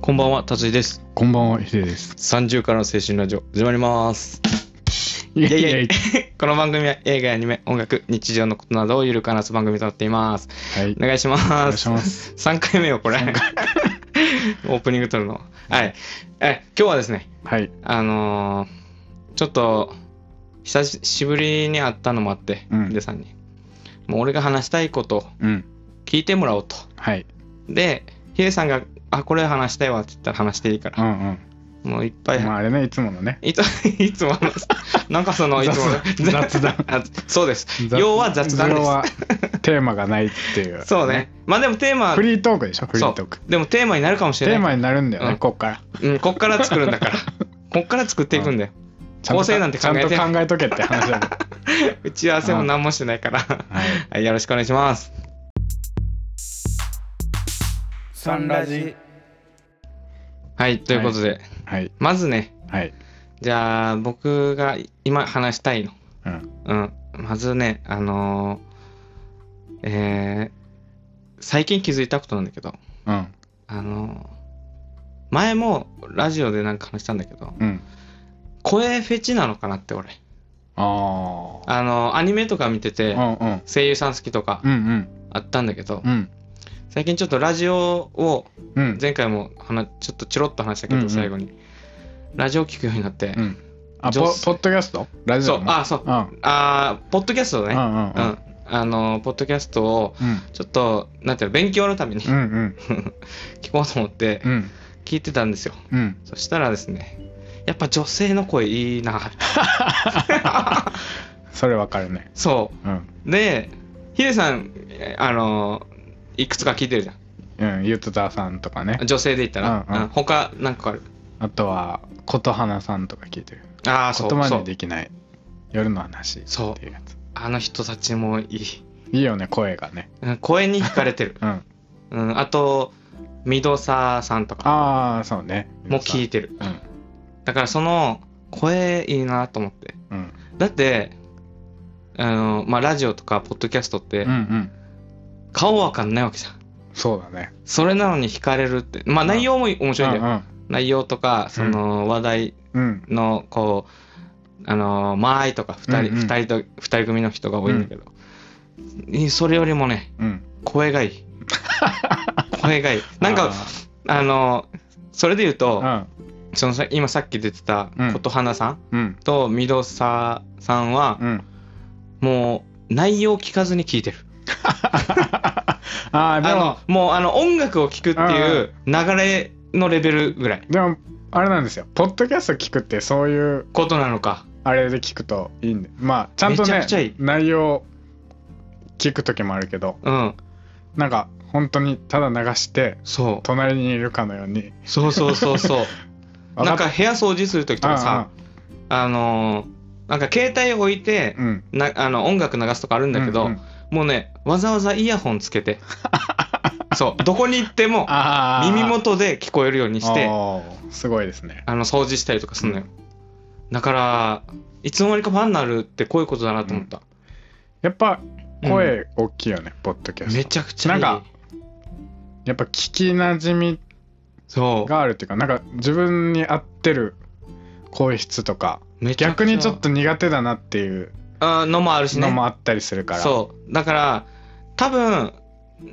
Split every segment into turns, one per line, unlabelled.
こんばんは、達治です。
こんばんは、ヒデです。
30からの青春ラジオ、始まります。
い
イェイイ ェイこの番組は映画やアニメ、音楽、日常のことなどをゆるく話す番組となっています。
はい
お。願いし
お願
ま
いし
す。
ます。
3回目よ、これ。 オープニング撮るの。はい。え、今日はですね、
はい。
あのーちょっと、久しぶりに会ったのもあって、
うん
ヒデさんに。もう俺が話したいことを
うん。
聞いてもらおうと。
はい。
で、ヒデさんが、あ、これ話したいわって言ったら話していいか
う
ら、
んうん。
もういっぱい
まあ、あれね、いつものね。
いつ いつもの、なんかその、いつもの
雑談
あそうです。要は雑談
要
で
はテーマがないっていう。
す。 そうね。。まあでもテーマ
フ、リートークでしょ、フリ
そ
ートーク
う。。でもテーマになるかもし
テ
れ
ー
ない。
マになるんだよ
うん
ね、こっから。
うん、こっから作るんだ から。こっから作っていくんだよ。
ちゃと
構成なんて考えて
ちゃんと考えとけって 話だから。
打ち合わせも何もしてないから。
はい。
はい、よろしくお願いします。
サンラジ
はい、ということで、
はい。
まずね、
はい。
じゃあ僕が今話したいの。
うん。
うん。まずね、あのーえー最近気づいたことなんだけど、
うん。
あのー前もラジオでなんか話したんだけど、
うん。
声フェチなのかなって俺
ああ。
あのアニメとか見て
う
て
んうん。
声優さん好きとか
うんうん。
あったんだけど
うん。
最近ちょっとラジオを
うん。
前回も話ちょっとチロッと話したけ
うんう
ど
ん
最後にラジオ聞くようになって
うん。あ、ポ
女
ポ
性
ッドキャストラジ
そ
オ
う
の
あそう
うん。
あーポッドキャスト
う
ね
んうん
う
うん
んあのポッドキャストを
うん。
ちょっとなんていうの勉強のために
うんうん。
聞こうと思って
うん。
聞いてたんですよ
うん。
そしたらですねやっぱ女性の声いいな
それわかるね。
そ
うん。
うでヒデさんえあのいくつか聞いてるじゃん
うん、ゆとたさんとかね。
女性で言ったら、
うんうん
うん他なんかある
あとは、ことはなさんとか聞いてる。
ああそ
こと
う
ま
そ
ね
う
できない。夜の話って
そう
いうやつ。
あの人たちもいい
いいよね、声がね。、
うん声に惹かれてる
うん。
うん、あとミドサーさんとか
ああ、そうね。
も聞い
て。
てる
うん。
だからその声いいなと思って
うん。
だってあの、まあ、ラジオとかポッドキャストって
うんうん。
顔わかんないわけじゃん
そうだね。
それなのに惹かれるってまあ
うん
内容も面白いんだよ、
うん
内容とかその話題
うん。うん。
のこうあの間合いとか2人,、
うんうん
二人と二人組の人が多いんだけど、いそれよりもね
うん。
声がい い声がいいなんかあのそれで言う
あ
と、
ー、
そのさ今さっき出てた
うん
琴花さん
うん。うん。
とみどささんは、
うん。
もう内容聞かずに聞いてる
ああ、で
あ
も
の、もうあの音楽を聞くっていう流れのレベルぐらい
でも、あれなんですよ。ポッドキャスト聞くって、そういう、
ことなのか
あれで聞くといいんで。まあ、ちゃんと
めちゃ
ね
くちゃいい、
内容聞くときもあるけど、
うん
なんか、本当にただ流して、
そう
隣にいるかのように
そうそうそう そうなんか部屋掃除する時とかさあのーなんか携帯置いて
う、ん
なあの音楽流すとかあるんだけど、
うんうん
もうねわざわざイヤホンつけ てそうどこに行っても
あー
耳元で聞こえるようにして
おーすごいですね
あの掃除したりとかするのよ、だからいつの間にかファンになるってこういうことだなと思った、
やっぱ
うん
声大きいよね、ポッドキャ
め
スト
ちゃくちゃいい
なんかやっぱ聞きなじみ
そう
があるっていうかなんか自分に合ってる声質とか
めちゃく
逆
ゃ
にちょっと苦手だなっていう
あのもあるしね
のもあったりするから、
そうだから多分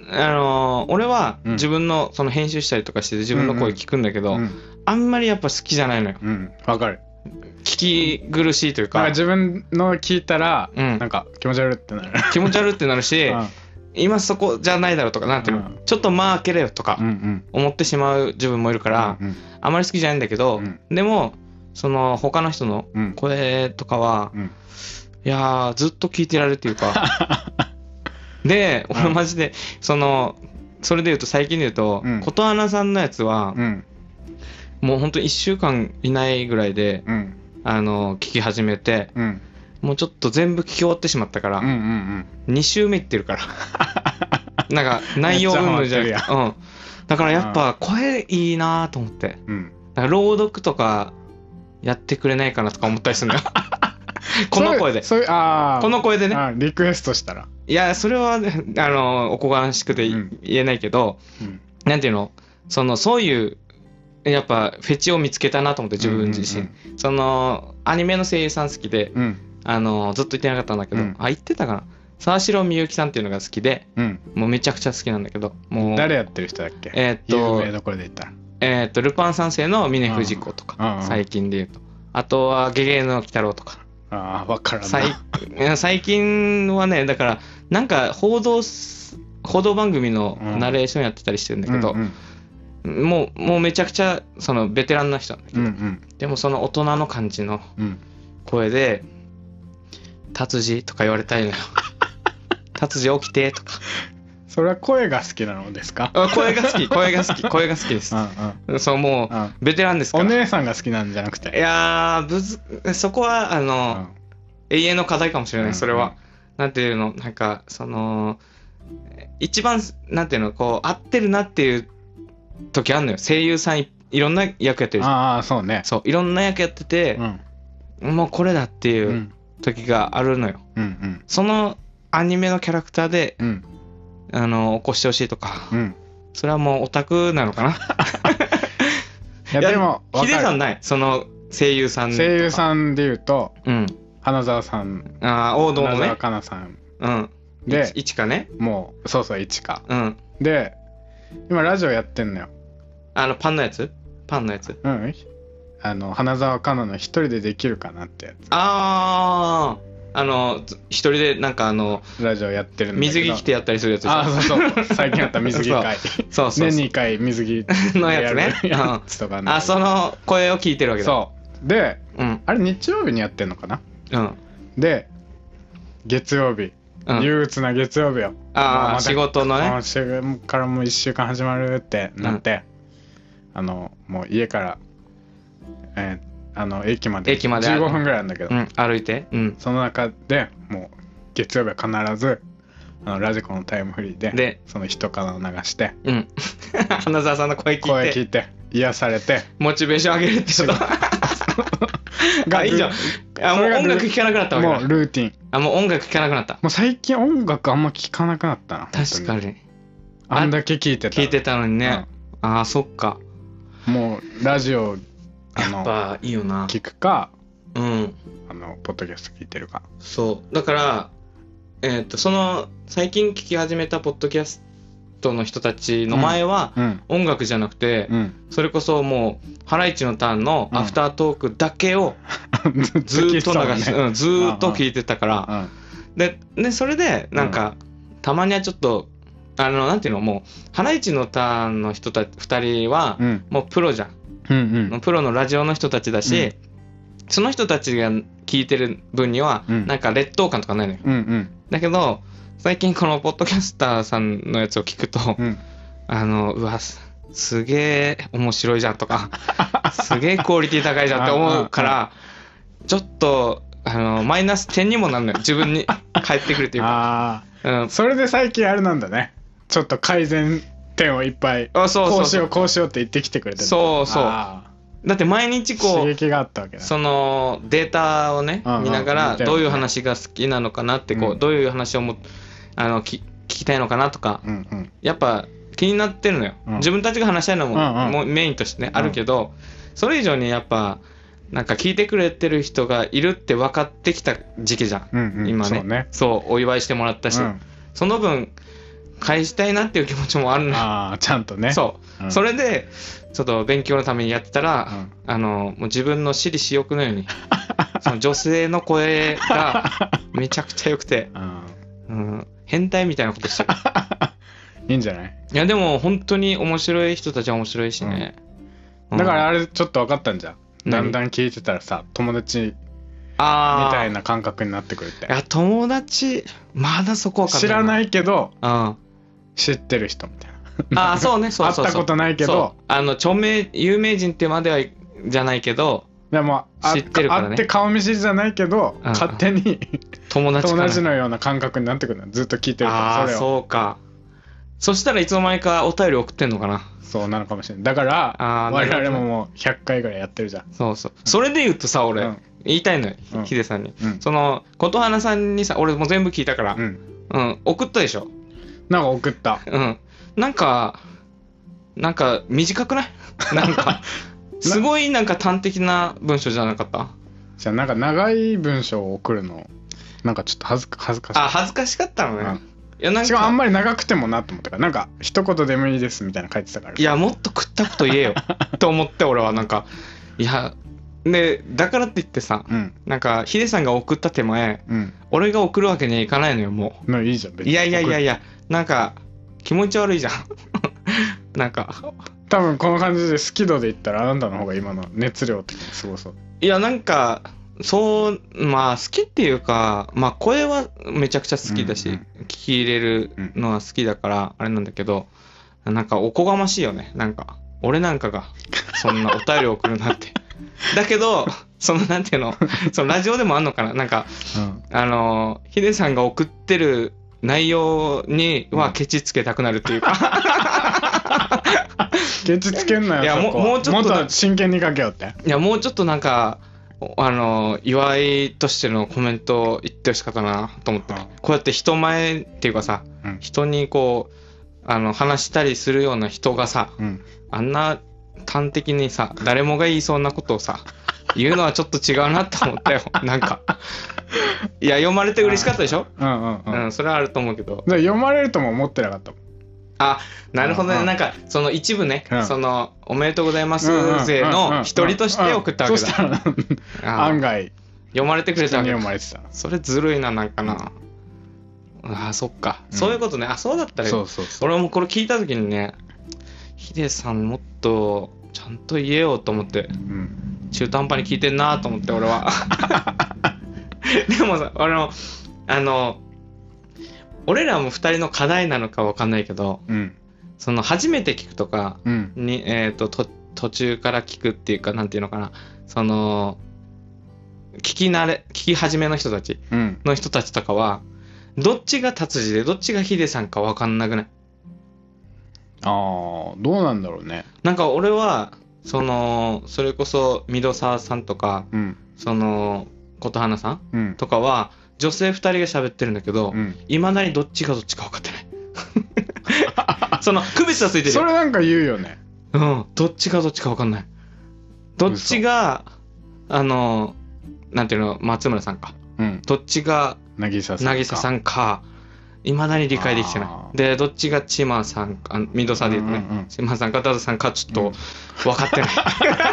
あのー俺は
うん
自分のその編集したりとかして自分の声聞くんだけど、
うん
あんまりやっぱ好きじゃないのよ
うんわかる
聞き苦しいという
なん
か
か自分の聞いたら、
うん
なんか気持ち悪いってなる、
気持ち悪ってなるし、
うん
今そこじゃないだろうとかなんていうの、
う
ちょっと間開けれよとか
うんうん
思ってしまう自分もいるから、
うん
あまり好きじゃないんだけど、
うん
でもその他の人の
うん
声とかは、
うん
いやーずっと聞いてられるっていうか で俺マジでそのそれで言うと最近で言うと、
うん
琴花さんのやつは
う、ん
もうほんと1週間いないぐらいで、
うん
あの聞き始めて
うん
もうちょっと全部聞き終わってしまったから、
うんうん
2週目いってる からなんか内容うんじゃな
めっちゃ
くて、うん、だからやっぱ声いいなと思って
うんうん
なんか朗読とかやってくれないかなとか思ったり するんだよ この声で
そういうそういうああ
この声でね
あリクエストしたら、
いやそれはねあのおこがましくてい
うん
言えないけど、なんていうのそのそういうやっぱフェチを見つけたなと思って自分自身、そのアニメの声優さん好きで、
うんうん
あのずっと言ってなかったんだけど、
うん
あ言ってたかな沢城みゆきさんっていうのが好きで
うん
もうめちゃくちゃ好きなんだけど
う
も
ん
う
誰やってる人だっけ
えーっ
有
と
名どころで言ったら
えーっとルパン三世の峰不二子と
うんうん
か
うん
最近で言うとあとはゲゲゲの鬼太郎とか
ああ分からん
最
な
え最近はねだからなんか報道す報道番組のナレーションやってたりしてるんだけど、
うん
もうもうめちゃくちゃそのベテランな人なんだけど、
うんうん
でもその大人の感じの
うん
声で「達治」とか言われたい のよ「達治起きて」とか
それは声が好きなのですか
あ声が好き声が好き声が好きで
う
す
んうん
そうも
うん
うベテランですか
お
ら、
姉さんが好きなんじゃなく
い
て
やーぶずそこはあ
う
の、
ん
永遠の課題かもしれ
う
なんいそれは、なんていうのなんかその一番なんていうのこう合ってるなっていう時あるのよ声優さんいいろんな役やってるじゃん
ああそうね
そういろんな役やってて、
うん
もうこれだっていううん時があるのよ、
うんうん
そのアニメのキャラクターで
うん
あの起こしてほしいとか、
うん
それはもうオタクなの かない
やでも
ヒ
分
デさ
か
ん
る
ないその声優さんとか
声優さんで言うと
うん
花澤さん
ああ王道
花
の
澤
ね
香菜さん
うん
で
いちかね
もうそうそう一か
うん
で今ラジオやってんのよ
あのパンのやつパンのやつ
うんあの花澤香菜の「一人でできるかな」ってや
あああのつ一人でなんかあの
つラジオやってるんだけど
水着着てやったりするやつでしょ
ああそうそう最近あった水着会
そうそう
年
そう
に1回水着
のやつね
やるやつとかね
あその声を聞いてるわけだ
そうで
うん
あれ日曜日にやってんのかな
うん
で月曜日、
うん
憂鬱な月曜日よまあ
あ
ま
あ
た
仕事のね
今週からもう1週間始まるってなって、あのもう家から、えーあの駅まで
駅まで
15分ぐらいなんだけど、
うん歩いてうん
その中でもう月曜日は必ずあのラジコのタイムフリーで
で
その人からを流して
うん 花澤さんの声聞
声
い
聞
て
いて癒されて
モチベーション上げるってこと
が
あいいじゃんあ
そ
もう
れが
音楽聴かなくなったわけ
も
だ
うルーティン
あもう音楽聴かなくなった
もう最近音楽あんま聞かなくなったな
確か
に
に
あんだけ聞いてた
聞
ら
いてたのにね、ああそっか
もうラジオあ
やっ
の
ぱいいよな
聞くか
うん
あのポッドキャスト聞いてるか
そうだからえーっとその最近聞き始めたポッドキャストの人たちの前は、
うん
音楽じゃなくて、
うん
それこそもう「ハライチのターン」のアフタートークだけ をずー
聞い
ってと
たもん
流して、うん、ずーっと聞いてたから
うん
ででそれでなんか、たまにはちょっとあのなんていうのもうハライチのターンの人たち2人は、
うん
もうプロじゃん
うんうん
プロのラジオの人たちだし、
うん
その人たちが聞いてる分には、
うん
なんか劣等感とかないのよ
うんうん
だけど最近このポッドキャスターさんのやつを聞くと、
うん
あのうわすすげえ面白いじゃんとかすげえクオリティ高いじゃんって思うからちょっとあのマイナス点にもなるのよ自分に返ってくるというか、
あ
うん
あ、それで最近あれなんだねちょっと改善点をいっぱい
あそう
こ
そうう
し
そ
よう
う
こうしようって言ってきてくれてる
そうそう
あ
だって毎日
ー
こう
刺激があったわけだ
そのデータをね
うんうん
見なが
見
ら
てるね
どういう話が好きなのかなってこ
う
うんどういう話をもあのき聞きたいのかなとか
うんうん
やっぱ気になってるのよ
うん
自分たちが話したいのも
うんうん
もうメインとしてねあるけどそれ以上にやっぱなんか聞いてくれてる人がいるって分かってきた時期じゃん
うんうん
今
そ
ね
うね
そうお祝いしてもらったし
うん
その分返したいなっていう気持ちもあるのよ
ああちゃんとね
そう
うん
それでちょっと勉強のためにやってたら、
うん
あのもう自分の私利私欲のよう にその女性の声がめちゃくちゃ良くて、
うん
うん、変態みたいなことしてる
いいんじゃない
いやでも本当に面白い人たちは面白いしね、うん
だからあれちょっと分かったんじゃんだ
何
んだん聞いてたらさ友達
あ
みた
ー
いな感覚になってくるって
いや友達まだそこわかんない、
知らないいけど
うん、あ
知ってる人みたいな
あそうねそうそうそう
会ったことないけ
そ
ど
うあの著名有名人ってまではいじゃないけど
でもあ
知ってるからね
会って顔見知りじゃないけど
ん
勝手に
友達か
友
な
達のような感覚になってくるのずっと聞いてる
あ
か
あ
ら
ー
それを
そうかそしたらいつの間にかお便り送ってんのかな
そうなのかもしれないだから
あーな
我
るほどね
々ももう100回ぐらいやってるじゃん
そうそうそれで言うとさ俺、
うん
言いたいのよ、
うん
ヒデさんに、
うん
その琴花さんにさ俺もう全部聞いたから、う
うんん
送ったでしょ
なんか送った
うんなんかなんか短くない なん かすごいなんか端的な文章じゃなかった
じゃあなんか長い文章を送るのなんかちょっと恥ずか恥ずかしい
あ恥ずかしかったのね、
うん
いやなん
しかも
か
あんまり長くてもなと思ったからなんか一言でもいいですみたいなの書いてたから
いやもっと食ったこと言えよ と思って俺はなんかいやでだからって言ってさ
うん
なんかヒデさんが送った手前
うん
俺が送るわけにはいかないのよも
のいいじゃん別
ういやいやいやい
や
やなんか気持ち悪いじゃん なんか
多分この感じで好き度で言ったらあなたの方が今の熱量的にすごそう
いやなんかそうまあ好きっていうかまあ声はめちゃくちゃ好きだし、
うん
聞き入れるのは好きだからあれなんだけどなんかおこがましいよねなんか俺なんかがそんなお便り送る なんてだけどそのなんていうのそのラジオでもあんのかななんか
うん
あのヒデさんが送ってる内容に
う
は
ん
ケチつけたくなるっていう か、
ケチつけんないよ
やも
そこは
もうちょっとだ
もっと真剣に書けよって
いやもうちょっとなんかおあの祝いとしてのコメントを言ってほしかったなと思って
うん
こうやって人前っていうかさ、
うん
人にこうあの話したりするような人がさ
うん
あんな端的にさ誰もが言いそうなことをさ言うのはちょっと違うなと思ったよなんかいや読まれて嬉しかったでしょ
うんうんう、
うんん、それはあると思うけど
で読まれるとも思ってなかったもん
あなるほど
うんう
ね
ん
なんかその一部ね、
うん
その「おめでとうございます」勢の一人として送ったわけ
そ
だ
したら
あ
案外
読まれてくれた
人
わ
に
けだ
読まれてた
それずるいな、なんかな。ああ、そっか。
うん
そういうことね。あ、そうだったらいい
そうそうそう
俺もこれ聞いた時にね、ヒデさんもっとちゃんと言えよと思って、
うん
中途半端に聞いてんなと思って、俺は。でもさ、俺も、あの、俺らも二人の課題なのかわかんないけど、
うん
その初めて聞くとか、
うん
に、えっ、とと、途中から聞くっていうか、なんていうのかな、その、聞き慣れ、聞き始めの人たち
うん
の人たちとかは、どっちが達治でどっちがヒデさんか分かんなくない
ああどうなんだろうね
なんか俺は、その、それこそ、ミドサーさんとか、
うん
その、琴花さん
うん
とかは、女性二人が喋ってるんだけど
う、ん
いま、だにどっちがどっちか分かってない。 その、区別はついてる
そ
よ。
れなんか言うよね
うん、どっちがどっちか分かんない。どっちが、あの、なんていうの、松村さんか。
うん
どっちが
渚さんか
渚さんかいまだに理解できて
あ
ない
ー
でどっちがチーマーさんかあミドサーで言うとね、
うんうんうん
チーマーさんかダダさんかちょっ
う
と
ん
分かってない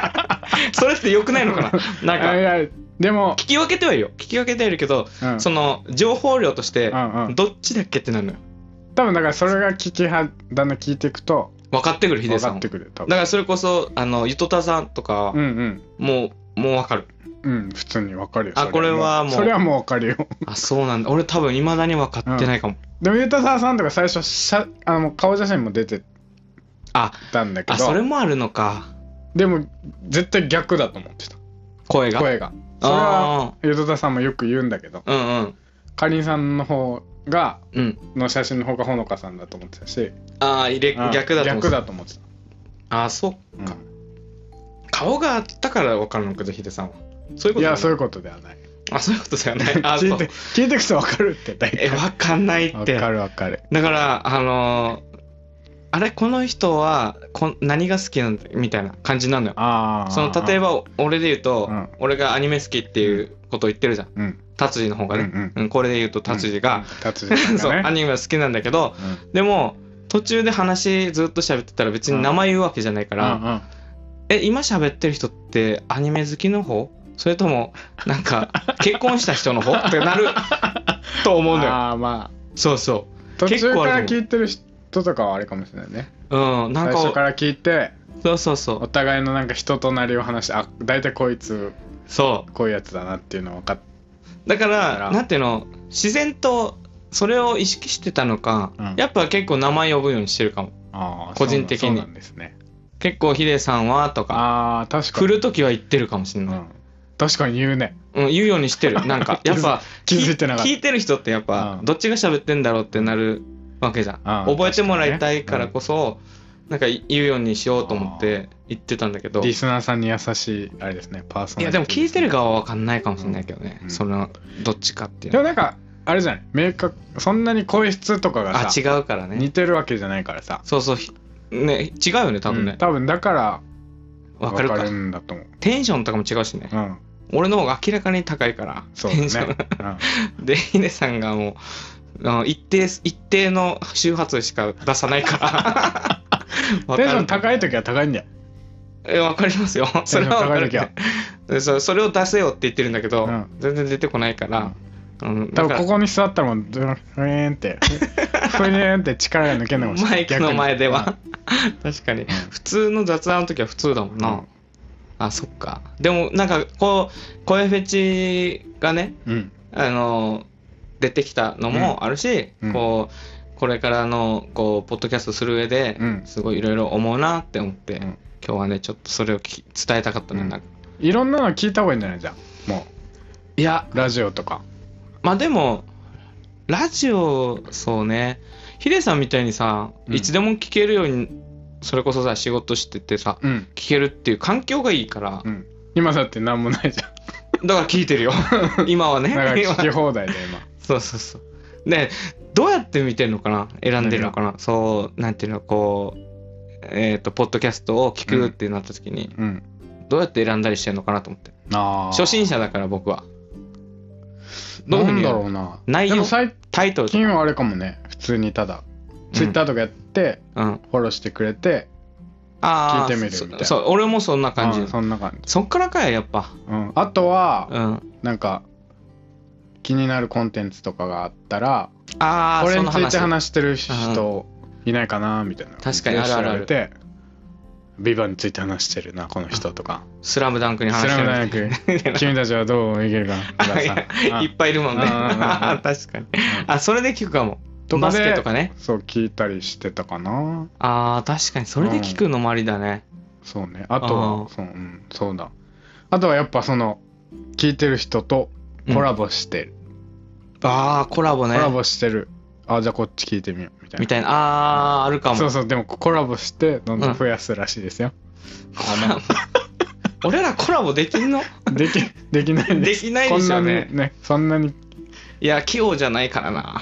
それってよくないのかな
あい
なんか
やでも、
聞き分けてはいるよ聞き分けてはいるけど、
うん
その情報量として
うんうん
どっちだっけってなるのよ
多分だからそれが聞きはだんだん聞いていくと
分かってくるヒデ
分
さ
か
んを
って
だ
くる多
か
分
らそれこそあのゆとたさんとか、
うんうん
もうもう分かる
うん普通に分かるよ
あ
そ
これはもう
それはもう分かるよ
あそうなんだ俺多分いまだに分かってないかも、
でもゆうたさんさんとか最初写あの顔写真も出て
あ
たんだけ
あそれ
ど
もあるのか
でも絶対逆だと思ってた
声が
声がそれはゆうたさんもよく言うんだけど
うんうん
かりんさんの方が
うん
の写真の方がほのかさんだと思ってたし
ああ、入れ、
うん
逆だと思う
逆だと思ってた、
ああ、そう。
うん
顔があったから分かるのか、ヒデさんは。そういうこと
い
だよ
や
ね
そういうことではない
あ、そういうことだよね。 あ
聞
そ
いうて。聞いてくと分かるって大
え、
体
分かんないっ
分
て。
かる分かる
だから、あのーあれ、この人はこ何が好きなんだみたいな感じなのよ。
ああ
その例え
ば
ば、俺で言うと、
うん
俺がアニメ好きっていうことを言ってるじゃん。
うん
達治の方がね。
うんうん
これで言うと達治が、
達人さん
そう、
が
ア
ね
ニメは好きなんだけど、
うん
でも、途中で話ずっと喋ってたら別に名前言うわけじゃないから、
うんうん
え今喋ってる人ってアニメ好きの方それともなんか 結婚した人の方ってなると思うのよ
ああま
そうそ
あ途中か
あ
ら
ると
聞いてる人とかはあれかもしれないね
ううんなん
最
か
初から聞いて
そうそうそ
お
う
互いのなんか人となりを話してあ大体こいつ
そ
こういうやつだなっていうのは分かっ
うだから
だから
なんていうの自然とそれを意識してたのか、
うん
やっぱ結構名前呼ぶようにしてるかも
ああ
個人的に
そうなんそうなんですね
結構ヒデさんはとか
ああ確か
振
に
る時は言ってるかもしれ
う
ない、
ん確かに言うね
うん言うようにして るなんか
気づ
やっぱ
気づいてなかった
聞いてる人ってやっぱ、
うん
どっちが喋ってんだろうってなるわけじゃん、
うん
覚えてもらいたいからこそ、なんか言うようにしようと思って言ってたんだけど
リスナーさんに優しいあれですねパーソナ
いや
リ
で
ティ
も聞いてる側は分かんないかもしれないけどね、
うん
そのどっちかっていう
で
の
も
は
なんかあれじゃない明確そんなに声質とかが
あ
さ
違うから
似
ね
てるわけじゃないからさ
そうそうひね違うよね多分
うん
ね、
多分だから
わ
分
かるか
かるんだと思う
テンションとかも違うしね
うん
俺の方が明らかに高いから
そう
テンシ
だ
ョン
ね
でヒデさんがもうあの一定一定の周波数しか出さないから
うん
わか
テ
る
ンション高い時は高いんだよ
えわかりますよそれはわかるけど
テンション
でそそれを出せよって言ってるんだけど、
うん
全然出てこないから、うん、
多
だ
分
から
ここに座ったらもうズンフレーンってフレーンって力が抜けんのかもしれ な
マ
い
イクの前で
逆
は確かに普通の雑談の時は普通だもん
にう
な、
ん
あそっかでもなんかこう声フェチがね
うん
あの出てきたのもあるし、
うん
こうこれからのこうポッドキャストする上で
うん
すごいいろいろ思うなって思って、
うん
今日はねちょっとそれをき伝えたかったね、
うん
なんか
いろんなの聞いた方がいいんじゃないじゃんも
いや
うラジオとか
まあでもラジオそうねヒデさんみたいにさ、
うん
いつでも聞けるようにそれこそさ仕事しててさ
うん
聞けるっていう環境がいいから
う、ん今だって何もないじゃん
だから聞いて るよ 今はね
だから
今
聞き放題で今
そうそうそう。で、どうやって見てるのかな選んでるのかなそう、なんていうの、こう、えっ、と、ポッドキャストを聞くってなった時に、
うん
どうやって選んだりしてるのかなと思って。
あー
初心者だから僕は。どういう
な
ふうに
んだろうな
内容
でも最
タイトルとか
近はあれかもね普通にただツイッターとかやって
うん。
フォローしてくれて
ああ、
聞いてみるみたいな
そそう、俺もそんな感
う
じ
ん。そんな感じ
そっからかよ、やっぱ。
うんあとは
うん。
なんか気になるコンテンツとかがあったら
ああ、
これ
そ
に
の
ついて
話。
話してる人いないかなみたいな
確かにあるあるある
調べてビバについて話してるなこの人とか
スラムダンク
「
に
ス
話し
ラ
て
ム
る
ダン ク君たちはどういけるかな
あい
皆さん
やいっぱいいるもんね。
うんうんうんうん
確かに。あ、それで聞くかも。
とか
バ
で
スケとかね。
そう聞いたりしてたかな
ああ、確かに。それで聞くのもありだね。
そうねあ
あ
と
ー
はそう,、うん、そうだあとはやっぱその聞いてる人とコラボしてる、
ああ、コラボね。
コラボしてるあじゃあこっち聞いてみようみたいな
みたいな。ああー、あるか
そう
も。
そうでもコラボしてどんどん増やすらしいですよ、あ
俺らコラボできんの
のできできないん
で
です
きないですよ
こんな
ね。
にねそんなに
いや、器用じゃないからな。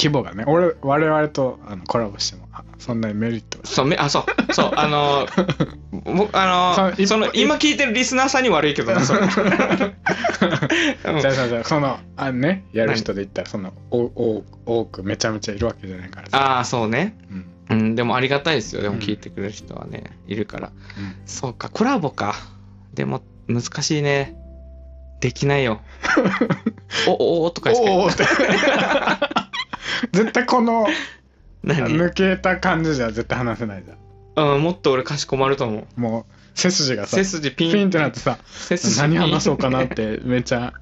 規模がね俺我々とあのコラボしてもあそんなにメリットが
そう、めあ、そう、そう、あ のー、僕、あの
そ
ー、
う
その、
い
今聞いてるリスナーさんに悪いけどな、それ。う ん
じゃあじゃあじゃあそのあねやる人で言ったらそんなおお多くめちゃめちゃいるわけじゃないからさ、
ああ、そうね。
うん
うん、でもありがたいですよ。でも
うん
聞いてくれる人はね、いるから。
うん
そうか、コラボか。でも、難しいね。できない よ。お、お、おとかし
お
て。
おーって 絶対この
何
抜けた感じじゃ絶対話せないじゃん
うん、もっと俺かしこまると思う。
もう背筋がさ
背筋ピン。
ピンってなってさ
背筋
何話そうかなっ
って。
てめ ちゃ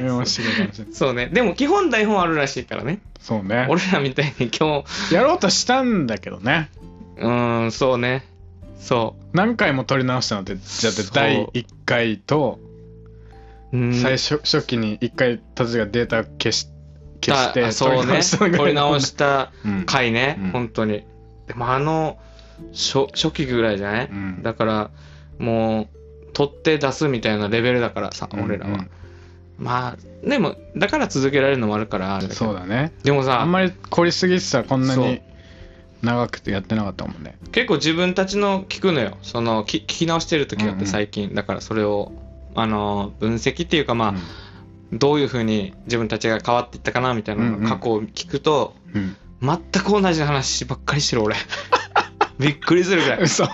面白いかもしれない
そうね。でも基本台本あるらしいからね。
そうね
俺らみたいに今日、
やろうとしたんだけどね
うーん、そうね。そ
何回も撮り直したのってじゃあ
そう
第1回と
う。うーん
最初初期に1回達がデータ消し消し
だ
て
あそうね。取り直
て
した
うん
回ね、
うん
本当に。でもあの初、初期ぐらいじゃない、
うん
だから、もう、取って出すみたいなレベルだからさ、俺らは。
うん
まあ、でも、だから続けられるのもあるから、あれ
うん
だけど
そうだね
でも
あ
さ
ん、まり凝りすぎてたらこんな
そう
に長くてやってなかったもんね
結構自分たちの聞くのよそのき聞き直してる時があっ
うんう
て
ん
最近、だからそれをあの分析っていうかまあ、どういうふうに自分たちが変わっていったかなみたいなの
うんうん
過去を聞くと、
うん
全く同じ話ばっかりしてる俺 びっくりするぐら い
嘘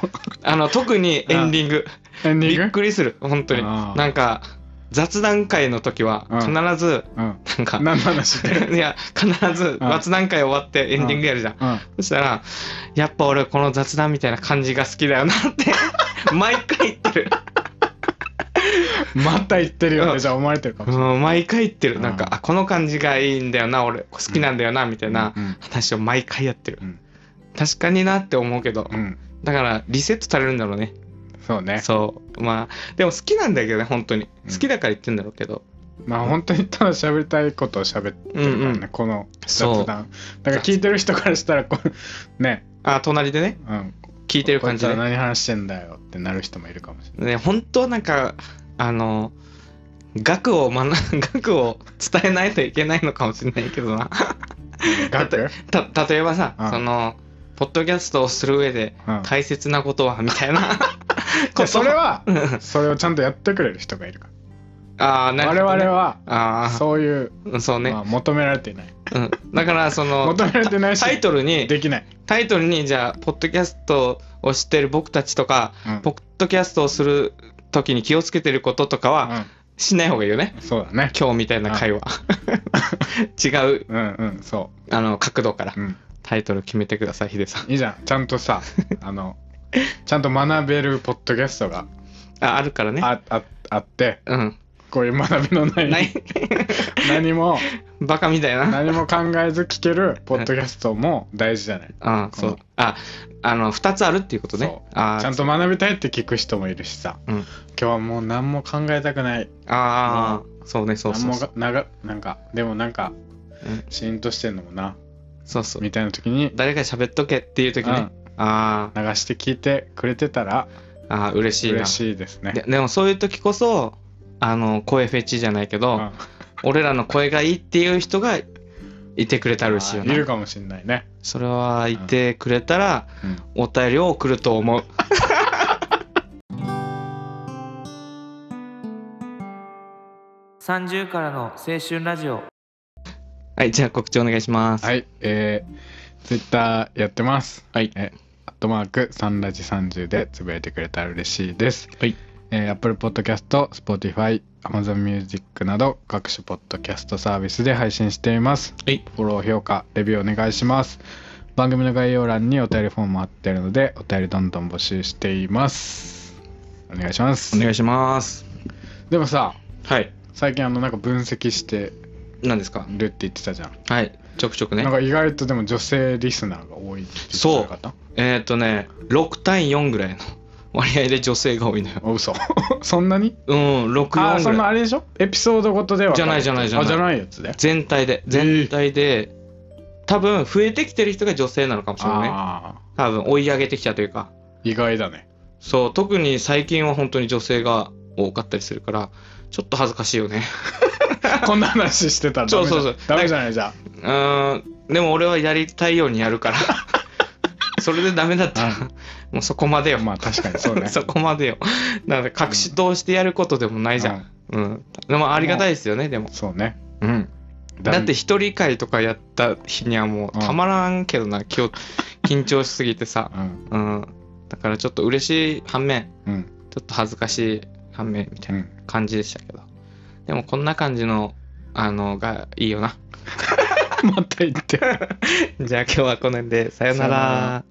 あの特にエンディング
エンデ
び
ィ
っ
ング
くりする本当に
あー
なんか雑談会の時は
うん
必ず、
うん
なんか
何の話して る
いや必ず雑談会終わってエンディングやるじゃん
うん
そしたら、やっぱ俺この雑談みたいな感じが好きだよなって、 毎回言ってる。
また言ってるよっ
うん
てじゃあ思われてるかもしれない
うん、毎回言ってる。
うん
なんか、あこの感じがいいんだよな、俺好きなんだよな、みたいな
うん
話を毎回やってる
うん。
確かになって思うけど
う、ん
だからリセットされるんだろうね。
そうね
そう。まあ、でも好きなんだけどね、本当に。
うん
好きだから言ってんだろうけど。
まあ本当にただ喋りたいことを喋ってるからね、
うんうん
この
そう
雑談だから聞いてる人からしたらこうね、
あ、隣でね、
うん、
聞いてる感じ
こい
で
つ。は何話してんだよってなる人もいるかもしれ
ね、本当なんか、あの、学を学、 学を伝えないといけないのかもしれないけどな。
ない学
た例えばさ、
うん
そのポッドキャストをする上で
うん
大切なことはみたい な
でそれは
うん
それをちゃんとやってくれる人がいるか
ああな
ら
るほ
我
ど、ね、
々は
ああ
そういう、
そうね、
まあ、求められていない
うん、だからその
求められてないし
タイトルに
できない、
タイトルにじゃあポッドキャストを知ってる僕たちとか
うん
ポッドキャストをする時に気をつけてることとかはしない方がいいよね
うん、そうだね
今日みたいな会 話違う
うんうんそ
あの角度から
う、うん、
タイトル決めてくださいヒデさん
いいじゃんちゃん とさあのちゃんと学べるポッドキャストが
ああるからね
あああって
うん
こういう学びのない
ない
何も
バカみたいな
何も考えず聞けるポッドキャストも大事じゃない
あそうああの2つあるっていうことね
そう
あ
ちゃんと学びたいって聞く人もいるしさ、
うん
今日はもう何も考えたくない
あーそうねそう
何
そう
も
そう
がながなんかでもなんか
うん
シーンとしてんのもな
そうそう
みたいな時に
誰か喋っとけっていう時
う
ね
ん
あー
流して聞いてくれてたら
あー嬉しいな
嬉しいですね
ででもそういう時こそあの声フェチじゃないけど、
うん
俺らの声がいいっていう人がいてくれたらしいよ
いる
ね
かもしんないね、
それはいてくれたらお便りを送る と思う
30からの青春ラジオ
はいじゃあ告知お願いします
はいえー、ツイッターやってます
はい
えアットマークサンラジ30でつぶやいてくれたら嬉しいです
はい
えー、Apple Podcast、Spotify、Amazon Music など各種ポッドキャストサービスで配信しています。
はい
フォロー、評価、レビューお願いします。番組の概要欄にお便りフォーム貼ってあるので、お便りどんどん募集しています。お願いします。
お願いします
でもさ、
はい
最近あのなんか分析して
何ですか
るって言ってたじゃん。
はいちょくちょく
なん
ね
か意外とでも女性リスナーが多いって言ってなかった
えーっ、とね6対4ぐらいの 割合で女性が多いのよ
あ 嘘そんなに
うん
あー
64
そ
ぐ
の
らい
あれでしょエピソードごとでは
じゃないじゃないじゃない
あじゃないやつで
全体で全体で、多分増えてきてる人が女性なのかもしれないね
ああ
多分追い上げてきたというか
意外だね
そう特に最近は本当に女性が多かったりするからちょっと恥ずかしいよね
こんな話してたらダメじゃ
そうそうそう
ダメじゃないじゃ
うーんでも俺はやりたいようにやるから それでダメだったら
う
もうそこまでよ、
あまあ確かに そう ね
そこまでよなので隠し通してやることでもないじゃん、うんでもありがたいですよねでも、
そうね
うん、
だ
だって一人会とかやった日にはもうたまらんけどな今日緊張しすぎてさ、
うん
うん、だからちょっと嬉しい反面
うん
ちょっと恥ずかしい反面みたいな
う。ん
感じでしたけどでもこんな感じのあのがいいよな
また言って
じゃあ今日はこの辺でさよな
さよな
ら
ら